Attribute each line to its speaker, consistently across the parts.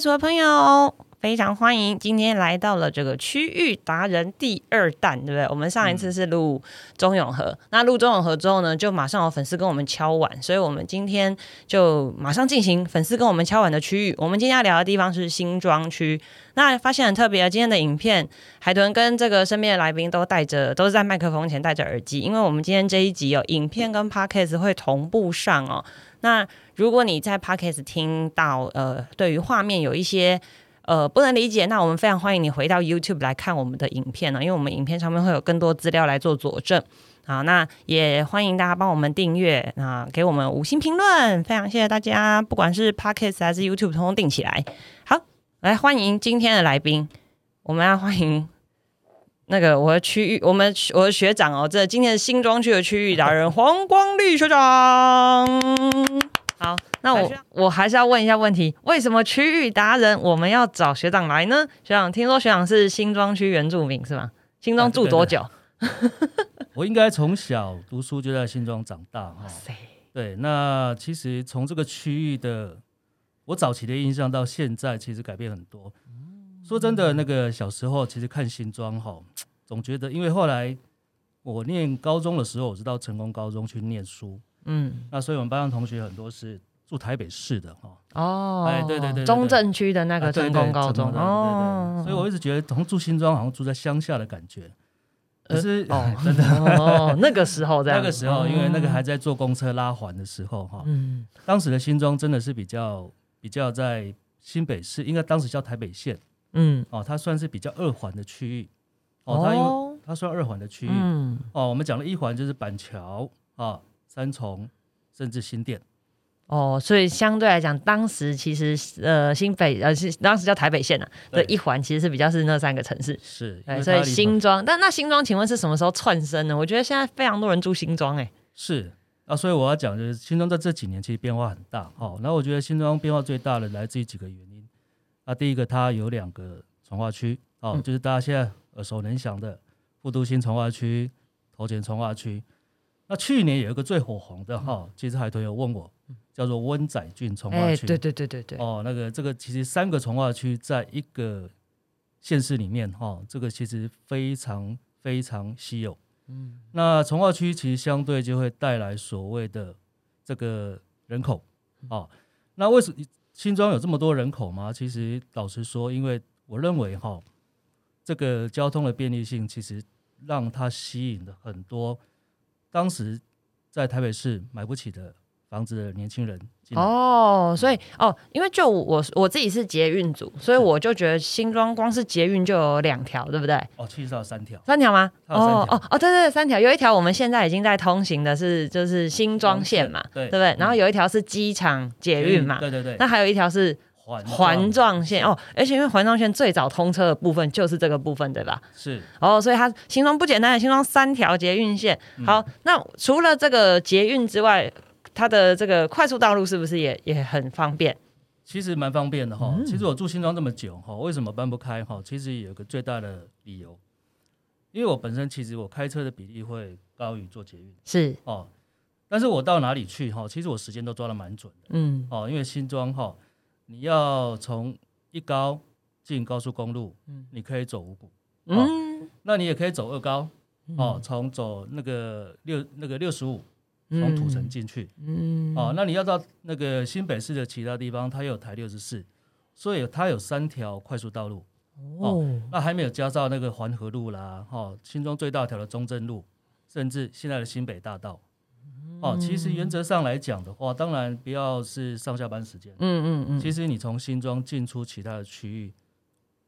Speaker 1: 组的朋友，非常欢迎！今天来到了这个区域达人第二弹，对不对？我们上一次是录钟永和，那录钟永和之后呢，就马上有粉丝跟我们敲碗，所以我们今天就马上进行粉丝跟我们敲碗的区域。我们今天要聊的地方是新庄区，那发现很特别，今天的影片海豚跟这个身边的来宾都戴着，都是在麦克风前戴着耳机，因为我们今天这一集哦，影片跟 podcast 会同步上哦。那如果你在 podcast 听到呃，对于画面有一些呃不能理解，那我们非常欢迎你回到 YouTube 来看我们的影片呢、啊因为我们影片上面会有更多资料来做佐证。好，那也欢迎大家帮我们订阅，那、给我们五星评论，非常谢谢大家，不管是 Podcast 还是 YouTube，通通订起来。好，来欢迎今天的来宾，我们要欢迎那个我的区域，我们我的学长哦，这今天新庄区的区域达人黄光绿学长。好，那我我还是要问一下问题，为什么区域达人我们要找学长来呢？学长，听说学长是新庄区原住民是吗？新庄
Speaker 2: 啊
Speaker 1: 住
Speaker 2: 对
Speaker 1: 多
Speaker 2: 对
Speaker 1: 久？
Speaker 2: 我应该从小读书就在新庄长大哈
Speaker 1: 哇。塞！
Speaker 2: 对，那其实从这个区域的我早期的印象到现在，其实改变很多。说真的，那个小时候其实看新庄哈，总觉得因为后来我念高中的时候，我是到成功高中去念书，
Speaker 1: 嗯，
Speaker 2: 那所以我们班上同学很多是住台北市的哈。
Speaker 1: 哦，
Speaker 2: 哎对对对对对
Speaker 1: 中正区的那
Speaker 2: 啊
Speaker 1: 个
Speaker 2: 对
Speaker 1: 成
Speaker 2: 对
Speaker 1: 功高中
Speaker 2: 成功
Speaker 1: 哦
Speaker 2: 啊对对对，所以我一直觉得，好像住新庄，好像住在乡下的感觉。可是、
Speaker 1: 哦
Speaker 2: 真的，
Speaker 1: 哦， 那个时候这样，
Speaker 2: 那个时候，因为那个还在坐公车拉环的时候哈，
Speaker 1: 嗯
Speaker 2: 当时的新庄真的是比较比较在新北市，应该当时叫台北县
Speaker 1: 嗯
Speaker 2: 哦，它算是比较二环的区域哦，它因为、它算二环的区域、
Speaker 1: 嗯
Speaker 2: 哦。我们讲的一环就是板桥啊、三重，甚至新店。
Speaker 1: 哦，所以相对来讲，当时其实呃新北呃是当时叫台北县啊的
Speaker 2: 对
Speaker 1: 一环，其实是比较是那三个城市。
Speaker 2: 是，因
Speaker 1: 对，
Speaker 2: 为
Speaker 1: 哎所以
Speaker 2: 它离
Speaker 1: 新庄，但那新庄请问是什么时候窜升呢？我觉得现在非常多人住新庄哎、
Speaker 2: 是啊，所以我要讲就是新庄在这几年其实变化很大哦。然后我觉得新庄变化最大的来自于几个原因。那第一个，它有两个从化区哦，
Speaker 1: 嗯
Speaker 2: 就是大家现在耳熟能详的复都新从化区、头前从化区。那去年有一个最火红的哈、其实海豚有问我，叫做温仔郡从化
Speaker 1: 嗯哎、
Speaker 2: 区。
Speaker 1: 对对对对对，
Speaker 2: 哦，那个这个其实三个从化区在一个县市里面哈、这个其实非常非常稀有。嗯，那从化区其实相对就会带来所谓的这个人口
Speaker 1: 嗯
Speaker 2: 哦。那为什么新庄有这么多人口吗？其实老实说，因为我认为哈、这个交通的便利性其实让它吸引了很多当时在台北市买不起的房子的年轻人进来。
Speaker 1: 哦，所以哦，因为就我我自己是捷运组，所以我就觉得新庄光是捷运就有两条，对不对？
Speaker 2: 哦，其实到三条。
Speaker 1: 三条吗？
Speaker 2: 它有三条
Speaker 1: 哦哦哦，对对对，三条，有一条我们现在已经在通行的是就是新庄线嘛，
Speaker 2: 对
Speaker 1: 对不对？
Speaker 2: 嗯
Speaker 1: 然后有一条是机场捷运嘛，
Speaker 2: 对对对，
Speaker 1: 那还有一条是
Speaker 2: 环
Speaker 1: 环
Speaker 2: 状
Speaker 1: 状线哦，而且因为环状线最早通车的部分就是这个部分，对吧？
Speaker 2: 是
Speaker 1: 哦，所以它新庄不简单，新庄三条捷运线。好，那除了这个捷运之外，它的这个快速道路是不是也也很方便？
Speaker 2: 其实蛮方便的哈。
Speaker 1: 嗯
Speaker 2: 其实我住新庄这么久哈，为什么搬不开哈？其实有个最大的理由，因为我本身其实我开车的比例会高于坐捷运
Speaker 1: 是，
Speaker 2: 哦。但是我到哪里去哈？其实我时间都抓的蛮准的
Speaker 1: 嗯，
Speaker 2: 哦，因为新庄哈，你要从一高进高速公路，你可以走五股，哦
Speaker 1: 嗯，
Speaker 2: 那你也可以走二高哦，从走那个六那个六十五从
Speaker 1: 嗯
Speaker 2: 土城，进去，
Speaker 1: 嗯，
Speaker 2: 哦，那你要到那个新北市的其他地方，它有台六十四，所以它有三条快速道路，
Speaker 1: 哦，
Speaker 2: 那还没有加到那个环河路啦，哦，新庄最大条的中正路，甚至现在的新北大道。
Speaker 1: 嗯
Speaker 2: 哦，其实原则上来讲的话，当然不要是上下班时间，
Speaker 1: 嗯嗯嗯，
Speaker 2: 其实你从新庄进出其他的区域，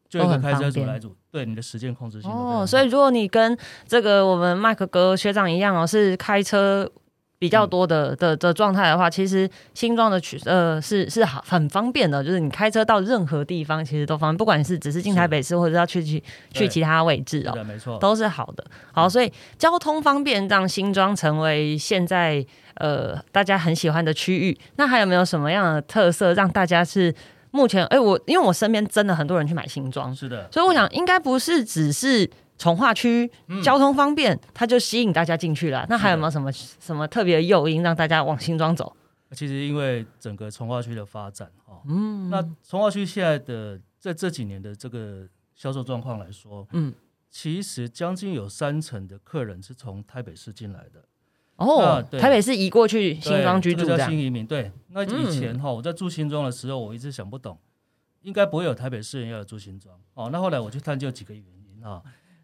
Speaker 2: 就一个开车族来主，对你的时间控制性都非常
Speaker 1: 哦，
Speaker 2: 好
Speaker 1: 所以如果你跟这个我们麦克哥学长一样哦，是开车比较多的、的的状态的话，其实新庄的区呃是是好很方便的，就是你开车到任何地方其实都方便，不管是只是进
Speaker 2: 是
Speaker 1: 台北市或者要去去去
Speaker 2: 对
Speaker 1: 其他位置
Speaker 2: 是
Speaker 1: 哦。
Speaker 2: 的，没错，
Speaker 1: 都是好的，
Speaker 2: 嗯
Speaker 1: 好，所以交通方便让新庄成为现在呃大家很喜欢的区域。那还有没有什么样的特色让大家是目前？哎、我因为我身边真的很多人去买新庄，
Speaker 2: 是的，
Speaker 1: 所以我想，应该不是只是从化区、
Speaker 2: 嗯
Speaker 1: 交通方便，它就吸引大家进去了。那还有没有什么什么特别的诱因让大家往新庄走？
Speaker 2: 其实因为整个从化区的发展哦，嗯，那从化区现在的在这几年的这个销售状况来说，
Speaker 1: 嗯，
Speaker 2: 其实将近有三成的客人是从台北市进来的，
Speaker 1: 哦
Speaker 2: 那，啊对
Speaker 1: 台北市移过去新庄居住
Speaker 2: 对这
Speaker 1: 这
Speaker 2: 个叫
Speaker 1: 样，嗯
Speaker 2: 新移民。对，那以前哈、我在住新庄的时候，我一直想不懂，应该不会有台北市人要来住新庄哦。那后来我去探究几个原因啊、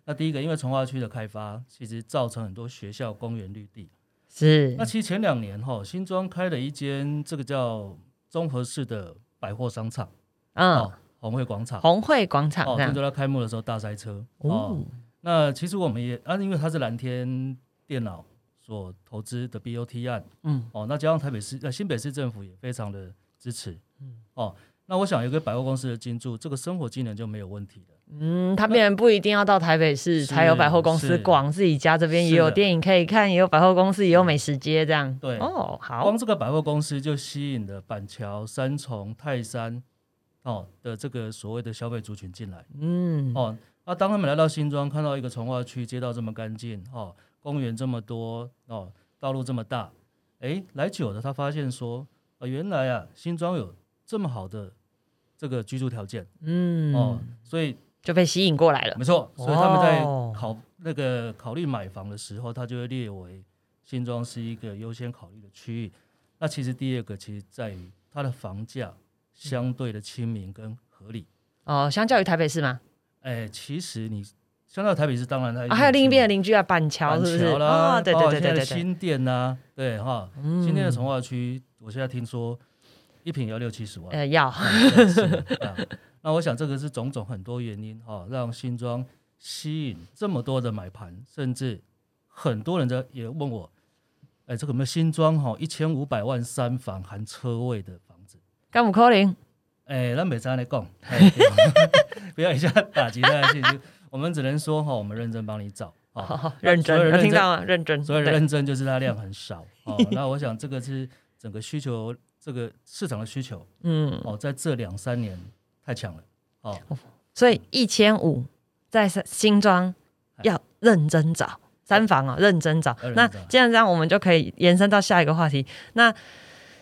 Speaker 2: 那第一个，因为从化区的开发，其实造成很多学校、公园绿地。
Speaker 1: 是
Speaker 2: 那其实前两年哈、新庄开了一间这个叫综合式的百货商场，
Speaker 1: 嗯
Speaker 2: 哦，，红会广场。
Speaker 1: 红会广场
Speaker 2: 哦，
Speaker 1: 这
Speaker 2: 听
Speaker 1: 样
Speaker 2: 说它开幕的时候大塞车哦
Speaker 1: 哦，
Speaker 2: 那其实我们也啊，因为它是蓝天电脑所投资的 BOT 案，
Speaker 1: 嗯，
Speaker 2: 哦，那加上台北市呃新北市政府也非常的支持，嗯，哦，那我想有一个百货公司的进驻，这个生活机能就没有问题了。
Speaker 1: 嗯，他变成不一定要到台北市
Speaker 2: 是
Speaker 1: 才有百货公司
Speaker 2: 是
Speaker 1: 逛，自己家这边也
Speaker 2: 是
Speaker 1: 有
Speaker 2: 的嗯
Speaker 1: 电影可以看，也有百货公司，也有美食街这样。
Speaker 2: 对
Speaker 1: 哦，好
Speaker 2: 光，这个百货公司就吸引了板桥、三重、泰山，哦的这个所谓的消费族群进来。
Speaker 1: 嗯，
Speaker 2: 哦，那、当他们来到新庄，看到一个从化区街道这么干净，哦，公园这么多，哦，道路这么大，诶，来久了，他发现说，呃，原来啊，新庄有这么好的这个居住条件，
Speaker 1: 嗯，
Speaker 2: 哦，所以
Speaker 1: 就被吸引过来了。
Speaker 2: 没错，所以他们在
Speaker 1: 哦
Speaker 2: 考、那个考虑买房的时候，他就会列为新庄是一个优先考虑的区域。那其实第二个，其实在于它的房价相对的亲民跟合理。
Speaker 1: 哦，相较于台北市嘛，
Speaker 2: 哎、其实你相较台北市，当然它
Speaker 1: 啊，还有另一边的
Speaker 2: 的
Speaker 1: 邻居啊，板桥是不是？
Speaker 2: 啦，
Speaker 1: 哦，对
Speaker 2: 包
Speaker 1: 对
Speaker 2: 括
Speaker 1: 对
Speaker 2: 现在
Speaker 1: 对嗯
Speaker 2: 的
Speaker 1: 对对，
Speaker 2: 新店呐、对哈，新店的从化区，我现在听说一平要六七十万。
Speaker 1: 呃，要
Speaker 2: 对是啊那我想这个是种种很多原因哈、让新庄吸引这么多的买盘，甚至很多人在也问我，哎，这个有没有新庄哈一千五百万三房含车位的房子？
Speaker 1: 干姆扣零，
Speaker 2: 哎，那每次来讲，哎 不要一下打击他的信心，我们只能说哦哈、我们认真帮你找啊。
Speaker 1: 好好认真
Speaker 2: 所有，人
Speaker 1: 有听
Speaker 2: 认真
Speaker 1: 到吗？认真，
Speaker 2: 所以
Speaker 1: 对
Speaker 2: 认真就是它量很少哦。那我想这个是整个需求，这个市场的需求
Speaker 1: 嗯，
Speaker 2: 哦，在这两三年太强了哦。
Speaker 1: 所以一千五在新庄要认真找三房哦，认真找
Speaker 2: 要。认真
Speaker 1: 那
Speaker 2: 找
Speaker 1: 既然这样，我们就可以延伸到下一个话题。那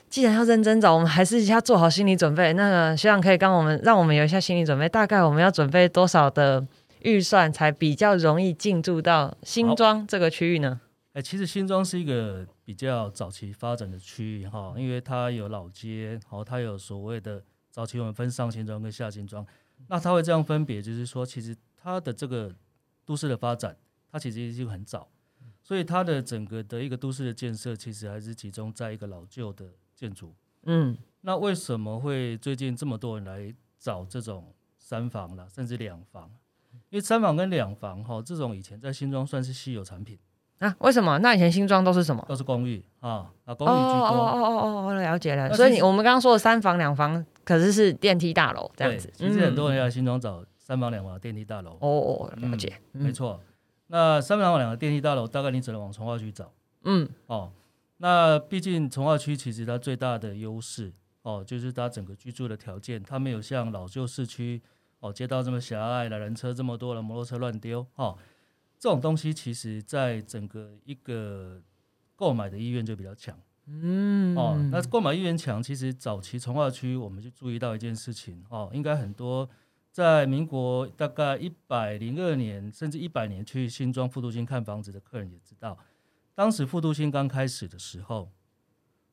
Speaker 1: 既然要认真找，我们还是要做好心理准备。那个学长可以跟我们，让我们有一下心理准备，大概我们要准备多少的预算才比较容易进驻到新庄这个区域呢？
Speaker 2: 哎，其实新庄是一个比较早期发展的区域哈、因为它有老街，好、它有所谓的早期我们分上新庄跟下新庄，那它会这样分别，就是说，其实它的这个都市的发展，它其实已经很早，所以它的整个的一个都市的建设，其实还是集中在一个老旧的建筑。
Speaker 1: 嗯，
Speaker 2: 那为什么会最近这么多人来找这种三房啦，甚至两房？因为三房跟两房哈、这种以前在新庄算是稀有产品。
Speaker 1: 啊，为什么？那以前新庄都是什么？
Speaker 2: 都是公寓啊啊，公
Speaker 1: 哦
Speaker 2: 寓
Speaker 1: 哦
Speaker 2: 居多。
Speaker 1: 哦哦哦哦，了解了。
Speaker 2: 那
Speaker 1: 所以
Speaker 2: 其
Speaker 1: 你
Speaker 2: 实
Speaker 1: 我们刚刚说的三房两房，可是是电梯大楼这样
Speaker 2: 对
Speaker 1: 子。
Speaker 2: 其实很多
Speaker 1: 嗯
Speaker 2: 人要新庄找三房两房的电梯大楼，
Speaker 1: 哦，了解，
Speaker 2: 没错。那三房两房的电梯大楼，大概你只能往从化区找
Speaker 1: 嗯，
Speaker 2: 哦。那毕竟从化区其实它最大的优势哦，就是它整个居住的条件，它没有像老旧市区哦，街道这么狭隘，来人车这么多了，摩托车乱丢哦。这种东西其实在整个一个购买的意愿就比较强。
Speaker 1: 嗯，
Speaker 2: 哦，那购买意愿强，其实早期从化区我们就注意到一件事情哦，应该很多在民国大概一百零二年甚至一百年去新庄复都新看房子的客人也知道，当时复都新刚开始的时候，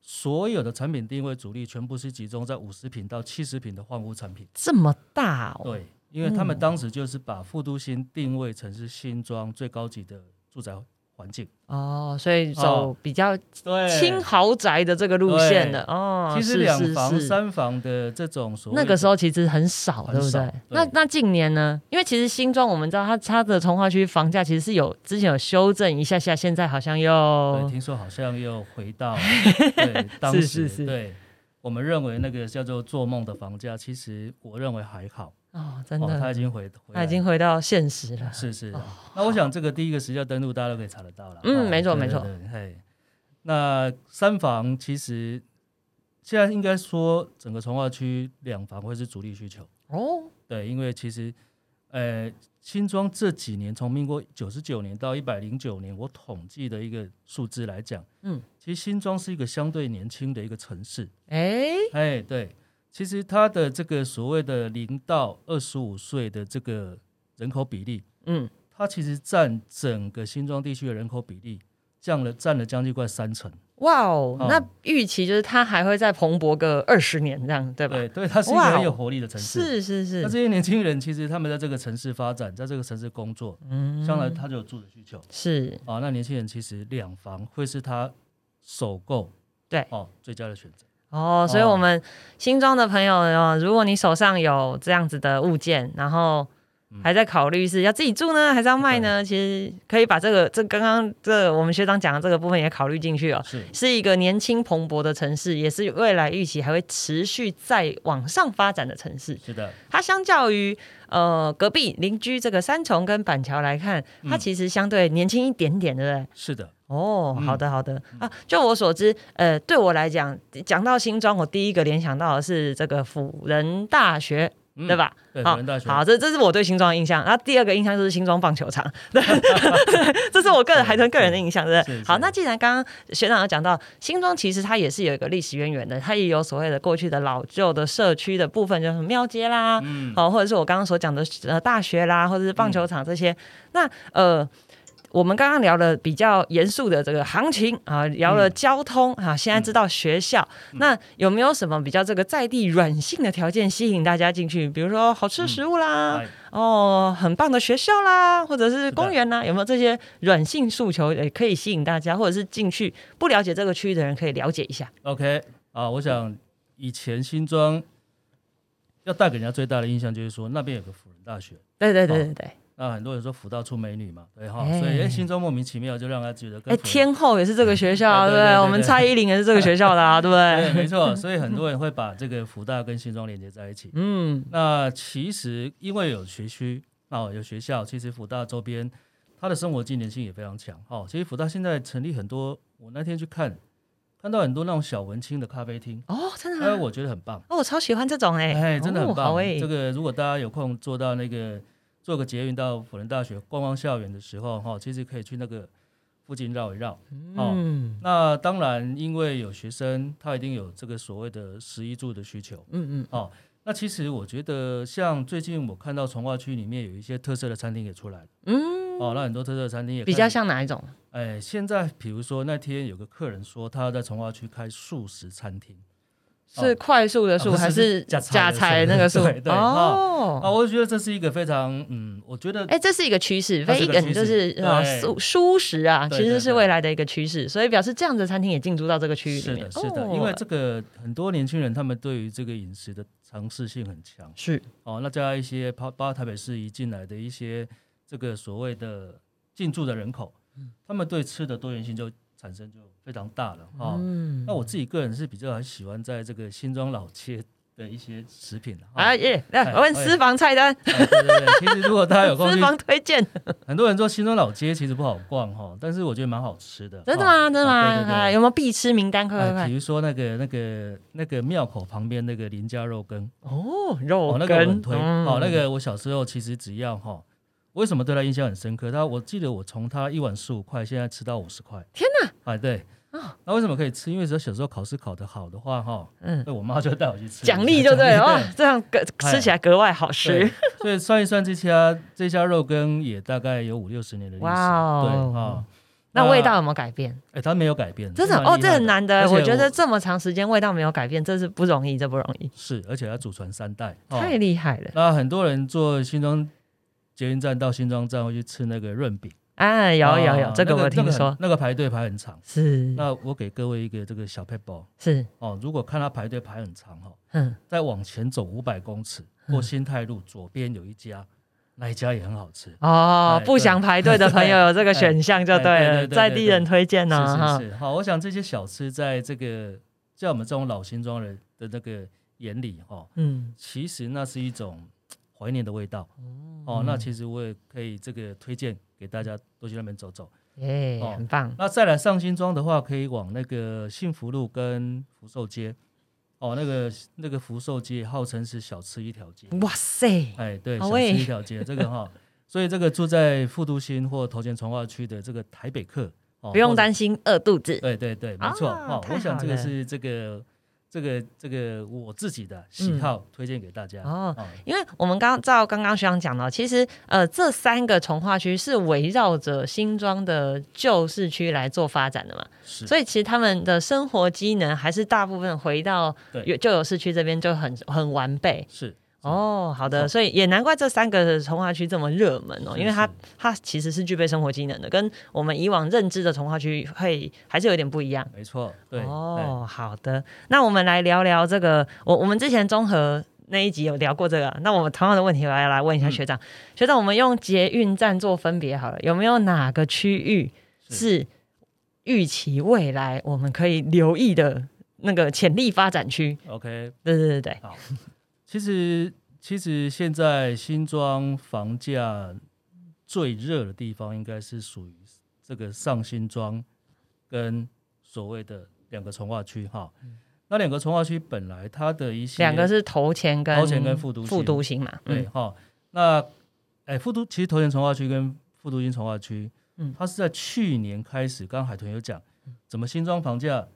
Speaker 2: 所有的产品定位主力全部是集中在五十平到七十平的换屋产品。
Speaker 1: 这么大哦，
Speaker 2: 对，因为他们当时就是把复都新定位成是新庄最高级的住宅环境，
Speaker 1: 哦，所以走比较
Speaker 2: 对
Speaker 1: 轻豪宅的这个路线的哦。
Speaker 2: 其实
Speaker 1: 是
Speaker 2: 两
Speaker 1: 是
Speaker 2: 房、
Speaker 1: 是
Speaker 2: 三房的这种所谓
Speaker 1: 那个
Speaker 2: 的
Speaker 1: 时候其实很少，
Speaker 2: 很
Speaker 1: 对不
Speaker 2: 少
Speaker 1: 对
Speaker 2: 对？
Speaker 1: 那那近年呢？因为其实新庄我们知道它它的从化区房价其实是有之前有修正一下下，现在好像
Speaker 2: 对，
Speaker 1: 又
Speaker 2: 听说好像又 回到对当时，
Speaker 1: 是是
Speaker 2: 对我们认为那个叫做做梦的房价，其实我认为还好，
Speaker 1: 哦，真
Speaker 2: 哦，它
Speaker 1: 的，
Speaker 2: 已经回，回
Speaker 1: 它
Speaker 2: 来
Speaker 1: 已经
Speaker 2: 了
Speaker 1: 回到现实了。
Speaker 2: 是是。那我想这个第一个时效登录大家都可以查得到了，
Speaker 1: 哦嗯
Speaker 2: 哦
Speaker 1: 没错
Speaker 2: 对
Speaker 1: 没错
Speaker 2: 对对嘿，那三房其实现在应该说整个从化区两房会是主力需求，
Speaker 1: 哦，
Speaker 2: 对，因为其实呃新庄这几年，从民国九十九年到一百零九年，我统计的一个数字来讲，
Speaker 1: 嗯，
Speaker 2: 其实新庄是一个相对年轻的一个城市，
Speaker 1: 哎，
Speaker 2: 哎，对，其实它的这个所谓的零到二十五岁的这个人口比例，
Speaker 1: 嗯，
Speaker 2: 它其实占整个新庄地区的人口比例降了，占了将近快三成。
Speaker 1: 哇哦，
Speaker 2: 哦
Speaker 1: 那预期就是它还会再蓬勃个二十年这样，对吧？
Speaker 2: 对对，它是一个
Speaker 1: 哇哦
Speaker 2: 很有活力的城
Speaker 1: 是
Speaker 2: 市。
Speaker 1: 是是
Speaker 2: 那，这些年轻人其实他们在这个城市发展，在这个城市工作，
Speaker 1: 嗯
Speaker 2: 将来他就有住的需求
Speaker 1: 是
Speaker 2: 啊。那年轻人其实两房会是他首购
Speaker 1: 对
Speaker 2: 哦最佳的选择。
Speaker 1: 哦，所以
Speaker 2: 哦
Speaker 1: 我们新庄的朋友哦，如果你手上有这样子的物件，然后
Speaker 2: 嗯
Speaker 1: 还在考虑是要自己住呢，还是要卖呢？其实可以把这个这刚刚这我们学长讲的这个部分也考虑进去哦。
Speaker 2: 是
Speaker 1: 是一个年轻蓬勃的城市，也是未来预期还会持续再往上发展的城市。
Speaker 2: 是的，
Speaker 1: 它相较于呃隔壁邻居这个三重跟板桥来看，它
Speaker 2: 嗯
Speaker 1: 其实相对年轻一点点，对不对？
Speaker 2: 是的，
Speaker 1: 哦，
Speaker 2: 嗯
Speaker 1: 好的好的、啊，就我所知，呃，对我来讲，讲到新庄，我第一个联想到的是这个辅仁大学，
Speaker 2: 嗯
Speaker 1: 对？吧？
Speaker 2: 对，
Speaker 1: 好
Speaker 2: 辅仁大学
Speaker 1: 好，这这是我对新庄的印象。然后第二个印象就是新庄棒球场，对， 这是我个人
Speaker 2: 对
Speaker 1: 还是个人的印象，对不对
Speaker 2: 是
Speaker 1: 好，
Speaker 2: 是
Speaker 1: 那既然刚刚学长有讲到新庄，其实它也是有一个历史渊源的，它也有所谓的过去的老旧的社区的部分，就是庙街啦，
Speaker 2: 嗯，
Speaker 1: 哦，或者是我刚刚所讲的呃大学啦，或者是棒球场这些。那呃，我们刚刚聊了比较严肃的这个行情啊，聊
Speaker 2: 嗯
Speaker 1: 了交通、啊，现在知道学校。那有没有什么比较这个在地软性的条件吸引大家进去？比如说好吃的食物啦，
Speaker 2: 哎
Speaker 1: 哦，很棒的学校啦，或者是
Speaker 2: 的
Speaker 1: 公园啦，有没有这些软性诉求也可以吸引大家，或者是进去不了解这个区域的人可以了解一下？
Speaker 2: OK 啊，我想以前新庄要带给人家最大的印象就是说那边有个辅仁大学。
Speaker 1: 对对对对对，
Speaker 2: 那很多人说辅大出美女嘛，对哈，
Speaker 1: 哎
Speaker 2: 所以哎，新庄莫名其妙就让他觉得跟
Speaker 1: 哎，
Speaker 2: 辅仁
Speaker 1: 天后也是这个学校啊，
Speaker 2: 哎
Speaker 1: 对
Speaker 2: 对
Speaker 1: 不
Speaker 2: 对
Speaker 1: 对？
Speaker 2: 对
Speaker 1: 我们
Speaker 2: 对
Speaker 1: 蔡依林也是这个学校的啊，对不 对？
Speaker 2: 对，没错，所以很多人会把这个福大跟新庄连接在一起。
Speaker 1: 嗯，
Speaker 2: 那其实因为有学区哦，有学校，其实福大周边它的生活纪念性也非常强。哦，其实福大现在成立很多，我那天去看，看到很多那种小文青的咖啡厅，
Speaker 1: 哦，真
Speaker 2: 哎，
Speaker 1: 的、啊，
Speaker 2: 我觉得很棒，
Speaker 1: 哦，我超喜欢这种哎、
Speaker 2: 哎，真的很
Speaker 1: 哦
Speaker 2: 棒。
Speaker 1: 好哎、
Speaker 2: 这个如果大家有空坐到那个坐个捷运到辅仁大学逛逛校园的时候，哈、哦，其实可以去那个附近绕一绕。哦，
Speaker 1: 嗯
Speaker 2: 那当然，因为有学生，他一定有这个所谓的食衣住的需求。
Speaker 1: 嗯嗯，
Speaker 2: 哦，那其实我觉得，像最近我看到从化区里面有一些特色的餐厅也出来了。嗯，哦，那很多特色的餐厅也
Speaker 1: 比
Speaker 2: 开
Speaker 1: 较
Speaker 2: 始。
Speaker 1: 像哪一种？
Speaker 2: 哎，现在比如说那天有个客人说，他要在从化区开素食餐厅。哦
Speaker 1: 是快速的
Speaker 2: 啊
Speaker 1: 速、
Speaker 2: 不是
Speaker 1: 还
Speaker 2: 是
Speaker 1: 假
Speaker 2: 假
Speaker 1: 菜
Speaker 2: 菜的
Speaker 1: 那个速？
Speaker 2: 对对
Speaker 1: 哦。
Speaker 2: 啊，我觉得这是一个非常，嗯，我觉得
Speaker 1: 哎、这是一个趋势
Speaker 2: 它是一个
Speaker 1: ，vegan
Speaker 2: 趋势
Speaker 1: 就是呃
Speaker 2: 对
Speaker 1: 素素食啊，
Speaker 2: 对
Speaker 1: 其实
Speaker 2: 对
Speaker 1: 是
Speaker 2: 对
Speaker 1: 未来的一个趋势，所以表示这样的餐厅也进驻到这个区域里
Speaker 2: 是
Speaker 1: 面。
Speaker 2: 的，是的，
Speaker 1: 哦
Speaker 2: 因为这个很多年轻人他们对于这个饮食的尝试性很强。
Speaker 1: 是
Speaker 2: 哦，那加一些包包括台北市一进来的一些这个所谓的进驻的人口，
Speaker 1: 嗯
Speaker 2: 他们对吃的多元性就产生就非常大了哈、哦
Speaker 1: 嗯
Speaker 2: 那我自己个人是比较很喜欢在这个新庄老街的一些食品啊，
Speaker 1: 啊
Speaker 2: 哎
Speaker 1: 耶，来我问
Speaker 2: 哎
Speaker 1: 私房菜单、
Speaker 2: 对对对，其 实如果大家有空
Speaker 1: 私
Speaker 2: 去，
Speaker 1: 房推荐，
Speaker 2: 很多人说新庄老街其实不好逛哈、哦，但是我觉得蛮好吃的，
Speaker 1: 真的
Speaker 2: 哦
Speaker 1: 吗？真的吗？
Speaker 2: 啊对对对
Speaker 1: 哎有没有必吃名单？快快
Speaker 2: 哎，
Speaker 1: 快
Speaker 2: 比！如说那个、那个、那个庙口旁边那个林家肉羹，
Speaker 1: 哦，肉羹，
Speaker 2: 哦，那个我很推。
Speaker 1: 嗯
Speaker 2: 哦，那个我小时候其实只要哈，为什么对他印象很深刻？他我记得我从他一碗十五块，现在吃到五十块。
Speaker 1: 天哦
Speaker 2: 哪！哎，对。那为什么可以吃？因为说小时候考试考得好的话，哈，
Speaker 1: 嗯
Speaker 2: 那我妈就带我去吃
Speaker 1: 奖励就 对了哦哇，这样格
Speaker 2: 嗯哎
Speaker 1: 吃起来格外好
Speaker 2: 对
Speaker 1: 吃。，
Speaker 2: 所以算一算这家这家肉羹也大概有五六十年的历史，
Speaker 1: 哇哦
Speaker 2: 对啊，
Speaker 1: 那味道有没有改变？
Speaker 2: 哎，它没有改变，
Speaker 1: 真的
Speaker 2: 是蛮
Speaker 1: 哦，
Speaker 2: 厉
Speaker 1: 这
Speaker 2: 害
Speaker 1: 很难得。
Speaker 2: 而且
Speaker 1: 我觉得这么长时间味道没有改变，这是不容易，这不容易，
Speaker 2: 是，而且它祖传三代，哦
Speaker 1: 太厉害了！
Speaker 2: 那很多人坐新庄捷运站到新庄站会去吃那个润饼，
Speaker 1: 哎，有有
Speaker 2: 啊
Speaker 1: 有，这个
Speaker 2: 那
Speaker 1: 我
Speaker 2: 那
Speaker 1: 听
Speaker 2: 很
Speaker 1: 说
Speaker 2: 那个排队排很长。
Speaker 1: 是
Speaker 2: 那我给各位一个这个小 paper
Speaker 1: 是，
Speaker 2: 哦，如果看他排队排很长哈，
Speaker 1: 嗯，
Speaker 2: 再往前走五百公尺，过新泰路左边有一家，那一家也很好吃。
Speaker 1: 哦
Speaker 2: 哎，
Speaker 1: 不想排队的朋友有这个选项就对了，
Speaker 2: 哎对对对对
Speaker 1: 在地人推荐呢
Speaker 2: 是
Speaker 1: 啊哈
Speaker 2: 是。是，好，我想这些小吃在这个在我们这种老新庄人的那个眼里哈，
Speaker 1: 嗯，
Speaker 2: 其实那是一种嘖怀念的味道。哦，那其实我也可以这个推荐给大家多去那边走走。
Speaker 1: 耶，
Speaker 2: 哦
Speaker 1: 很棒。
Speaker 2: 那再来上新庄的话，可以往那个幸福路跟福寿街，哦，那个那个福寿街号称是小吃一条街，
Speaker 1: 哇塞，
Speaker 2: 哎，对，
Speaker 1: 好
Speaker 2: 小
Speaker 1: 欸
Speaker 2: 吃一条街，这个哈、所以这个住在副都心或头前从化区的这个台北客，哦
Speaker 1: 不用担
Speaker 2: 心。
Speaker 1: 心饿肚子。
Speaker 2: 对对对，没错。
Speaker 1: 啊
Speaker 2: 哦，
Speaker 1: 太
Speaker 2: 我想
Speaker 1: 好
Speaker 2: 这个
Speaker 1: 了
Speaker 2: 是这个这个这个我自己的喜好，推荐给大家。
Speaker 1: 嗯哦，因为我们刚照刚刚学长讲到，其实呃这三个从化区是围绕着新庄的旧市区来做发展的嘛，
Speaker 2: 是，
Speaker 1: 所以其实他们的生活机能还是大部分回到
Speaker 2: 对
Speaker 1: 有旧有市区这边就很很完备。
Speaker 2: 是
Speaker 1: 哦，好
Speaker 2: 没
Speaker 1: 的，
Speaker 2: 错
Speaker 1: 所以也难怪这三个从化区这么热门哦，
Speaker 2: 是
Speaker 1: 因为它
Speaker 2: 是
Speaker 1: 它其实是具备生活机能的，跟我们以往认知的从化区会还是有点不一样。
Speaker 2: 没错，对。哎，
Speaker 1: 哦，好的，那我们来聊聊这个，我我们之前综合那一集有聊过这个，那我们同样的问题，我要来问一下
Speaker 2: 嗯
Speaker 1: 学长，学长，我们用捷运站做分别好了，有没有哪个区域是预期未来我们可以留意的那个潜力发展区？
Speaker 2: OK，
Speaker 1: 对对对对，
Speaker 2: 其实其实现在新庄房价最热的地方，应该是属于这个上新庄跟所谓的两个从化区哈。那两个从化区本来它的一些
Speaker 1: 嗯两个是头前跟
Speaker 2: 头前跟复读型
Speaker 1: 复读型嘛，
Speaker 2: 对
Speaker 1: 嗯，
Speaker 2: 哈、那哎，复都其实头前从化区跟复都新从化区，
Speaker 1: 嗯
Speaker 2: 它是在去年开始，刚刚海豚有讲，怎么新庄房价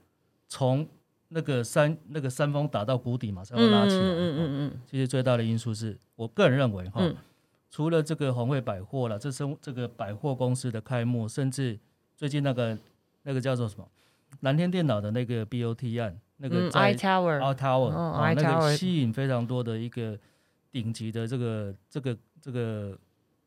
Speaker 2: 从那个山那个山峰打到谷底嘛，才会拉起来。
Speaker 1: 嗯
Speaker 2: 哦
Speaker 1: 嗯嗯
Speaker 2: 其实最大的因素是我个人认为哈、
Speaker 1: 嗯
Speaker 2: 除了这个红会百货了，这生这个百货公司的开幕，甚至最近那个那个叫做什么蓝天电脑的那个 BOT 案，那
Speaker 1: 嗯
Speaker 2: 个
Speaker 1: 嗯，I
Speaker 2: 在
Speaker 1: Tower，
Speaker 2: R Tower，、
Speaker 1: 嗯
Speaker 2: 哦
Speaker 1: R
Speaker 2: 那
Speaker 1: Tower
Speaker 2: 个吸引非常多的一个顶级的这个这个这个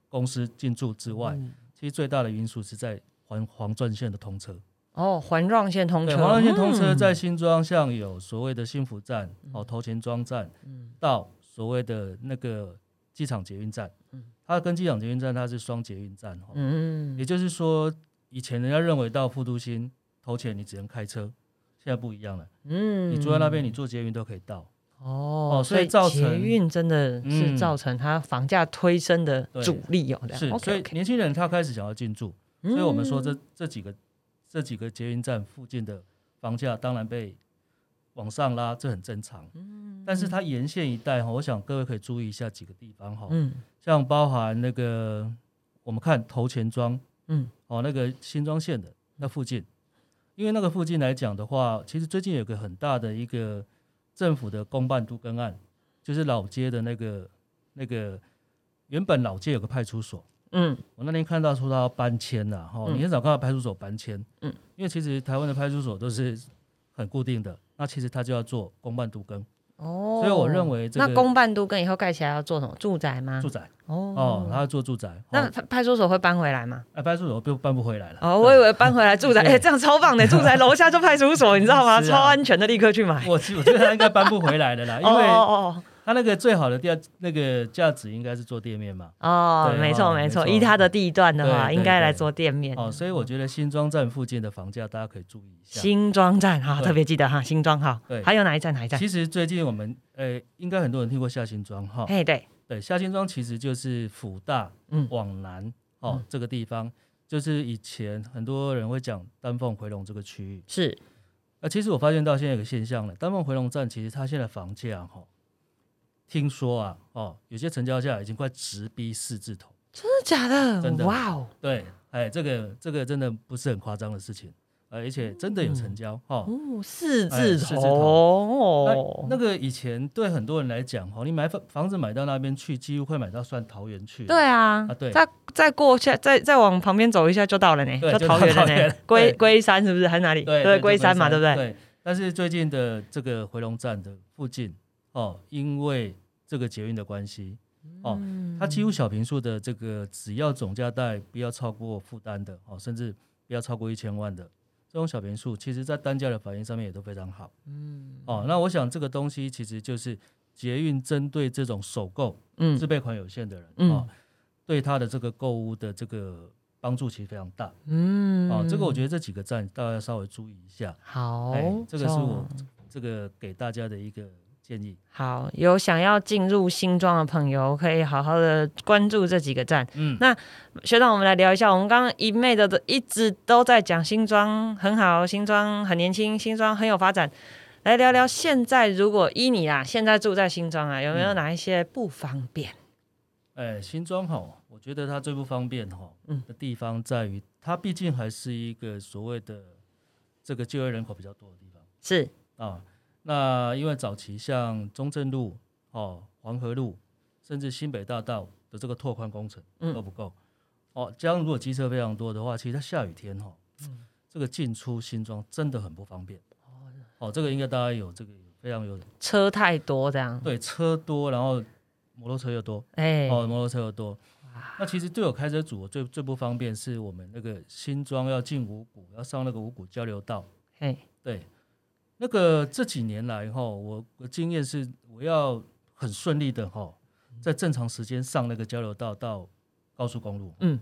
Speaker 2: 公司进驻之外，
Speaker 1: 嗯
Speaker 2: 其实最大的因素是在环环状线的通车。
Speaker 1: 哦，环状线通
Speaker 2: 对，
Speaker 1: 车，
Speaker 2: 环状线通车
Speaker 1: 嗯
Speaker 2: 在新庄像有所谓的幸福站、哦头前庄站，
Speaker 1: 嗯
Speaker 2: 到所谓的那个机场捷运站，它跟机场捷运站它是双捷运站哦，
Speaker 1: 嗯
Speaker 2: 也就是说以前人家认为到复都新头前你只能开车，现在不一样了，
Speaker 1: 嗯，
Speaker 2: 你住在那边你坐捷运都可以到。
Speaker 1: 哦，
Speaker 2: 哦
Speaker 1: 所
Speaker 2: 所以造
Speaker 1: 捷
Speaker 2: 成
Speaker 1: 运真的是
Speaker 2: 嗯
Speaker 1: 造成它房价推升的
Speaker 2: 对
Speaker 1: 主力哦，这样
Speaker 2: 是，所
Speaker 1: OK
Speaker 2: 以
Speaker 1: OK，
Speaker 2: 年轻人他开始想要进驻，所以我们说
Speaker 1: 嗯
Speaker 2: 这这几个这几个捷运站附近的房价当然被往上拉，这很正常。
Speaker 1: 嗯
Speaker 2: 但是它沿线一带哈，我想各位可以注意一下几个地方哈，
Speaker 1: 嗯
Speaker 2: 像包含那个我们看头前庄，
Speaker 1: 嗯，
Speaker 2: 哦，那个新庄县的那附近，因为那个附近来讲的话，其实最近有个很大的一个政府的公办都更案，就是老街的那个那个原本老街有个派出所。
Speaker 1: 嗯
Speaker 2: 我那天看到说他要搬迁了哈，
Speaker 1: 嗯
Speaker 2: 你很少看到派出所搬迁，
Speaker 1: 嗯，
Speaker 2: 因为其实台湾的派出所都是很固定的，那其实他就要做公办都更
Speaker 1: 哦，
Speaker 2: 所以我认为这个
Speaker 1: 那公办都跟以后盖起来要做什么住宅吗
Speaker 2: 住？宅哦，
Speaker 1: 嗯哦，
Speaker 2: 他要做住宅，
Speaker 1: 那
Speaker 2: 哦
Speaker 1: 派派出所会搬回来吗？
Speaker 2: 哎派出所就搬不回来了。
Speaker 1: 哦，我以为搬回来住宅，
Speaker 2: 对
Speaker 1: 哎，这样超棒的，住 宅楼下就派出所，你知道吗？
Speaker 2: 是
Speaker 1: 超
Speaker 2: 啊
Speaker 1: 安全的，立刻去买。
Speaker 2: 我我觉得他应该搬不回来 的啦，因
Speaker 1: 哦
Speaker 2: 为
Speaker 1: 哦
Speaker 2: 他那个最好的价那个价值应该是做店面嘛，
Speaker 1: 哦哦，
Speaker 2: 对
Speaker 1: 没错
Speaker 2: 哦
Speaker 1: 没错，
Speaker 2: 没错
Speaker 1: 依它的地段的话，
Speaker 2: 对对
Speaker 1: 应该来
Speaker 2: 对
Speaker 1: 做店面。
Speaker 2: 哦，所以我觉得新庄站附近的房价大家可以注意一下。
Speaker 1: 新庄站哈，
Speaker 2: 对
Speaker 1: 特别记得哈，新庄哈
Speaker 2: 对，
Speaker 1: 还有哪一站哪一站？
Speaker 2: 其实最近我们呃，应该很多人听过下新庄哈，
Speaker 1: 哎对，
Speaker 2: 对，下新庄其实就是辅大
Speaker 1: 嗯
Speaker 2: 往南哦、
Speaker 1: 嗯
Speaker 2: 这个地方，就是以前很多人会讲丹凤回龙这个区域。
Speaker 1: 是
Speaker 2: 那、其实我发现到现在有个现象了，丹凤回龙站其实它现在房价哈、哦，听说啊哦，有些成交价已经快直逼四字头。
Speaker 1: 真的假的？
Speaker 2: 真的
Speaker 1: 哇哦！
Speaker 2: 对，哎，这个这个真的不是很夸张的事情，呃而且真
Speaker 1: 嗯
Speaker 2: 的有成交哈、哦。
Speaker 1: 哦，四
Speaker 2: 哎
Speaker 1: 字
Speaker 2: 四字
Speaker 1: 头
Speaker 2: 头
Speaker 1: 哦，
Speaker 2: 那那个以前对很多人来讲哦，你买房房子买到那边去，几乎快买到算桃园去了。
Speaker 1: 对啊，
Speaker 2: 啊对
Speaker 1: 再再过下，再再往旁边走一下就到了呢，
Speaker 2: 对
Speaker 1: 就
Speaker 2: 就
Speaker 1: 桃园了
Speaker 2: 到桃园
Speaker 1: 呢
Speaker 2: 了，
Speaker 1: 龟
Speaker 2: 对
Speaker 1: 龟山是不是？还是哪里？
Speaker 2: 对就
Speaker 1: 龟山嘛，对不对？
Speaker 2: 对。但是最近的这个回龙站的附近哦，因为这个捷运的关系哦，
Speaker 1: 嗯
Speaker 2: 它几乎小平数的这个只要总价带不要超过负担的哦，甚至不要超过一千万的这种小平数，其实在单价的反应上面也都非常好。嗯，哦，那我想这个东西其实就是捷运针对这种首购
Speaker 1: 嗯
Speaker 2: 自备款有限的人、
Speaker 1: 嗯
Speaker 2: 哦，对他的这个购物的这个帮助其实非常大。
Speaker 1: 嗯
Speaker 2: 哦，这个我觉得这几个站大家稍微注意一下，
Speaker 1: 好
Speaker 2: 哎，这个是我
Speaker 1: 就
Speaker 2: 这个给大家的一个建议。
Speaker 1: 好有想要进入新庄的朋友，可以好好的关注这几个站。
Speaker 2: 嗯，
Speaker 1: 学长，我们来聊一下，我们刚刚一昧的一直都在讲新庄很好，新庄很年轻，新庄很有发展。来聊聊现在，如果依你啦，现在住在新庄啊，有没有
Speaker 2: 嗯
Speaker 1: 哪一些不方便？
Speaker 2: 哎，新庄哈，我觉得它最不方便哈的地方在于，它毕竟还是一个所谓的这个就业人口比较多的地方
Speaker 1: 是
Speaker 2: 啊。那因为早期像中正路、哦黄河路，甚至新北大道的这个拓宽工程都不够、哦。这样如果机车非常多的话，其实它下雨天哈、这个进出新庄真的很不方便。哦，这个应该大家有这个非常有
Speaker 1: 车太多这样，
Speaker 2: 对车多，然后摩托车又多。
Speaker 1: 哎、
Speaker 2: 哦，摩托车又多。那其实对我开车组，我最最不方便是我们那个新庄要进五股，要上那个五股交流道。
Speaker 1: 哎，
Speaker 2: 对，那个这几年来哈，我我经验是我要很顺利的哈，在正常时间上那个交流道到高速公路。
Speaker 1: 嗯，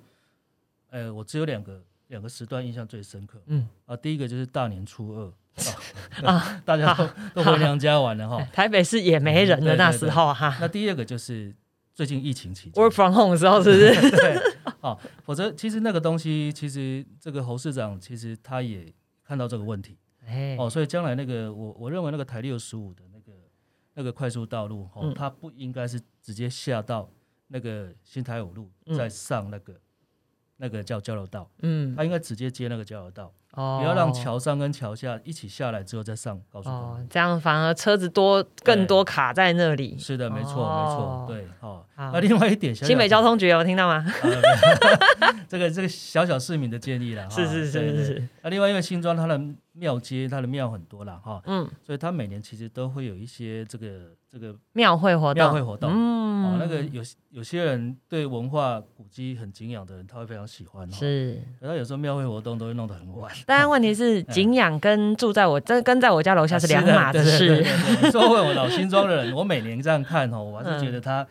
Speaker 2: 呃，我只有两个两个时段印象最深刻。
Speaker 1: 嗯，
Speaker 2: 啊，第一个就是大年初二啊，大家 都都回娘家玩了哈。
Speaker 1: 哎台北市也没人的
Speaker 2: 嗯对对
Speaker 1: 那时候啊哈
Speaker 2: 那第二个就是最近疫情期间
Speaker 1: ，work from home 的时候是不 是？
Speaker 2: 对，哦，否则其实那个东西，其实这个侯市长其实他也看到这个问题
Speaker 1: 哎、
Speaker 2: 哦，所以将来那个我我认为那个台六十五的那个那个快速道路哦，
Speaker 1: 嗯
Speaker 2: 它不应该是直接下到那个新台五路
Speaker 1: 嗯
Speaker 2: 再上那个、那个叫交流道，
Speaker 1: 嗯，
Speaker 2: 它应该直接接那个交流道，
Speaker 1: 哦
Speaker 2: 不要让桥上跟桥下一起下来之后再上高速公路。
Speaker 1: 哦，这样反而车子多更多卡在那里。
Speaker 2: 是的，没错，
Speaker 1: 哦
Speaker 2: 没错，对，哦。
Speaker 1: 好
Speaker 2: 那另外一点，小小啊
Speaker 1: 新北交通局有听到吗？
Speaker 2: 这个这个小小市民的建议了，哈
Speaker 1: 是是是
Speaker 2: 啊对对
Speaker 1: 是是，
Speaker 2: 那另外因为新庄它的庙街，它的庙很多啦，哈，
Speaker 1: 嗯，
Speaker 2: 所以它每年其实都会有一些这个这个
Speaker 1: 庙会活
Speaker 2: 庙会
Speaker 1: 动，嗯
Speaker 2: 活动。哦，那个有有些人对文化古迹很敬仰的人，他会非常喜欢。哈，哦
Speaker 1: 是，
Speaker 2: 可他有时候庙会活动都会弄得 很晚。
Speaker 1: 但问题是景仰跟住在我这跟在我家楼下是两码子
Speaker 2: 嗯是的啊对
Speaker 1: 事。
Speaker 2: 对对对对作为我老新庄的人，我每年这样看哦，我
Speaker 1: 嗯
Speaker 2: 还是觉得他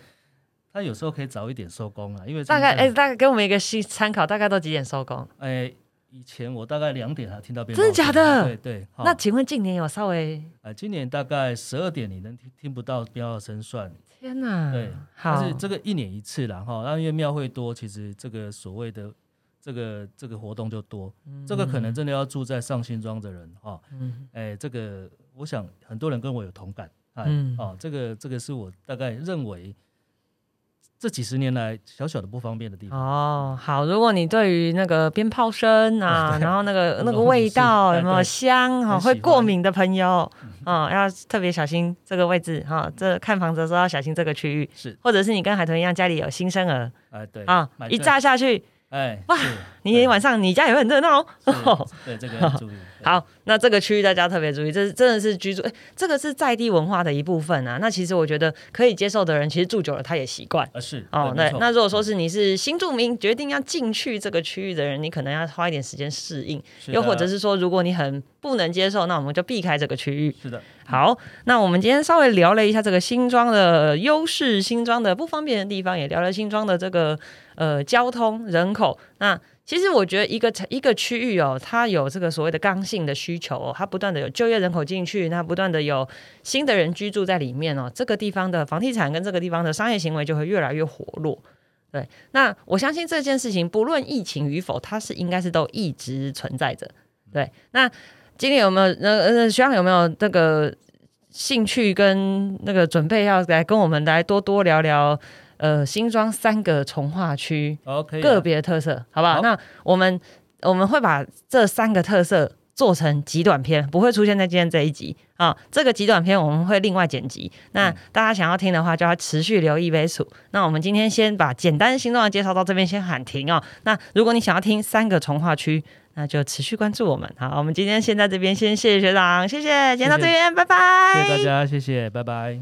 Speaker 2: 他有时候可以早一点收工啊，因 为
Speaker 1: 大概哎，
Speaker 2: 哎
Speaker 1: 大概给我们一个新参考，大概都几点收工？
Speaker 2: 哎，以前我大概两点还听到别人
Speaker 1: 真的假的
Speaker 2: 对对，哈
Speaker 1: 那请问近年有稍微？
Speaker 2: 呃，今年大概十二点你能听听不到庙号声算，
Speaker 1: 天哪，
Speaker 2: 对，但
Speaker 1: 好
Speaker 2: 是，这个一年一次啦哈。那因为庙会多，其实这个所谓的这个这个活动就多，这个可能真的要住在上新庄的人哈，
Speaker 1: 嗯
Speaker 2: 哎，这个我想很多人跟我有同感，哎，
Speaker 1: 嗯
Speaker 2: 哦，这个这个是我大概认为这几十年来小小的不方便的地方。
Speaker 1: 哦，好，如果你对于那个鞭炮声 啊，然后那个那个味道
Speaker 2: 是
Speaker 1: 有没有
Speaker 2: 对
Speaker 1: 香哈，
Speaker 2: 很喜
Speaker 1: 会
Speaker 2: 欢嗯
Speaker 1: 过敏的朋友啊，要特别小心这个位置哈。这看房子的时候要小心这个区域，
Speaker 2: 是，
Speaker 1: 或者是你跟海豚一样，家里有新生儿
Speaker 2: 哎，对
Speaker 1: 啊，一，
Speaker 2: 买
Speaker 1: 炸下去，
Speaker 2: 这哎，
Speaker 1: 哇
Speaker 2: 是
Speaker 1: 你晚上你家也会很热闹哦。
Speaker 2: 是对这个要注意。对，
Speaker 1: 好，那这个区域大家特别注意，这是真的是居住，哎，这个是在地文化的一部分啊。那其实我觉得可以接受的人，其实住久了他也习惯。
Speaker 2: 啊是
Speaker 1: 哦，
Speaker 2: 没
Speaker 1: 对，
Speaker 2: 错
Speaker 1: 那如果说是你是新住民，决定要进去这个区域的人，你可能要花一点时间适应，
Speaker 2: 是
Speaker 1: 又或
Speaker 2: 的
Speaker 1: 者是说，如果你很不能接受，那我们就避开这个区域。
Speaker 2: 是的，
Speaker 1: 好，那我们今天稍微聊了一下这个新庄的优势、新庄的不方便的地方，也聊了新庄的这个呃交通、人口。那其实我觉得一个城一个区域哦，它有这个所谓的刚性的需求、哦，它不断的有就业人口进去，它不断的有新的人居住在里面哦，这个地方的房地产跟这个地方的商业行为就会越来越活络。对，那我相信这件事情不论疫情与否，它是应该是都一直存在着。对，那今天有没有那呃学长有没有那个兴趣跟那个准备要来跟我们来多多聊聊？呃，新庄三个从化区
Speaker 2: OK
Speaker 1: 个别特色，好不好？
Speaker 2: 好
Speaker 1: 那我们我们会把这三个特色做成极短片，不会出现在今天这一集啊。这个极短片我们会另外剪辑。那大家想要听的话，就要持续留意杯数。那我们今天先把简单形状的介绍到这边先喊停哦。那如果你想要听三个从化区，那就持续关注我们。好，我们今天先在这边先谢谢学长，谢谢，今天到这边，拜拜，
Speaker 2: 谢谢大家，谢谢，拜拜。